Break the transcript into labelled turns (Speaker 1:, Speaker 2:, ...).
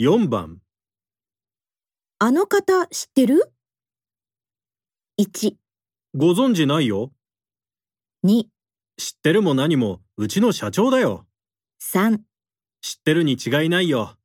Speaker 1: 4番
Speaker 2: あの方知ってる ?1、
Speaker 1: ご存知ないよ
Speaker 2: 2、
Speaker 1: 知ってるも何もうちの社長だよ
Speaker 2: 3
Speaker 1: 知ってるに違いないよ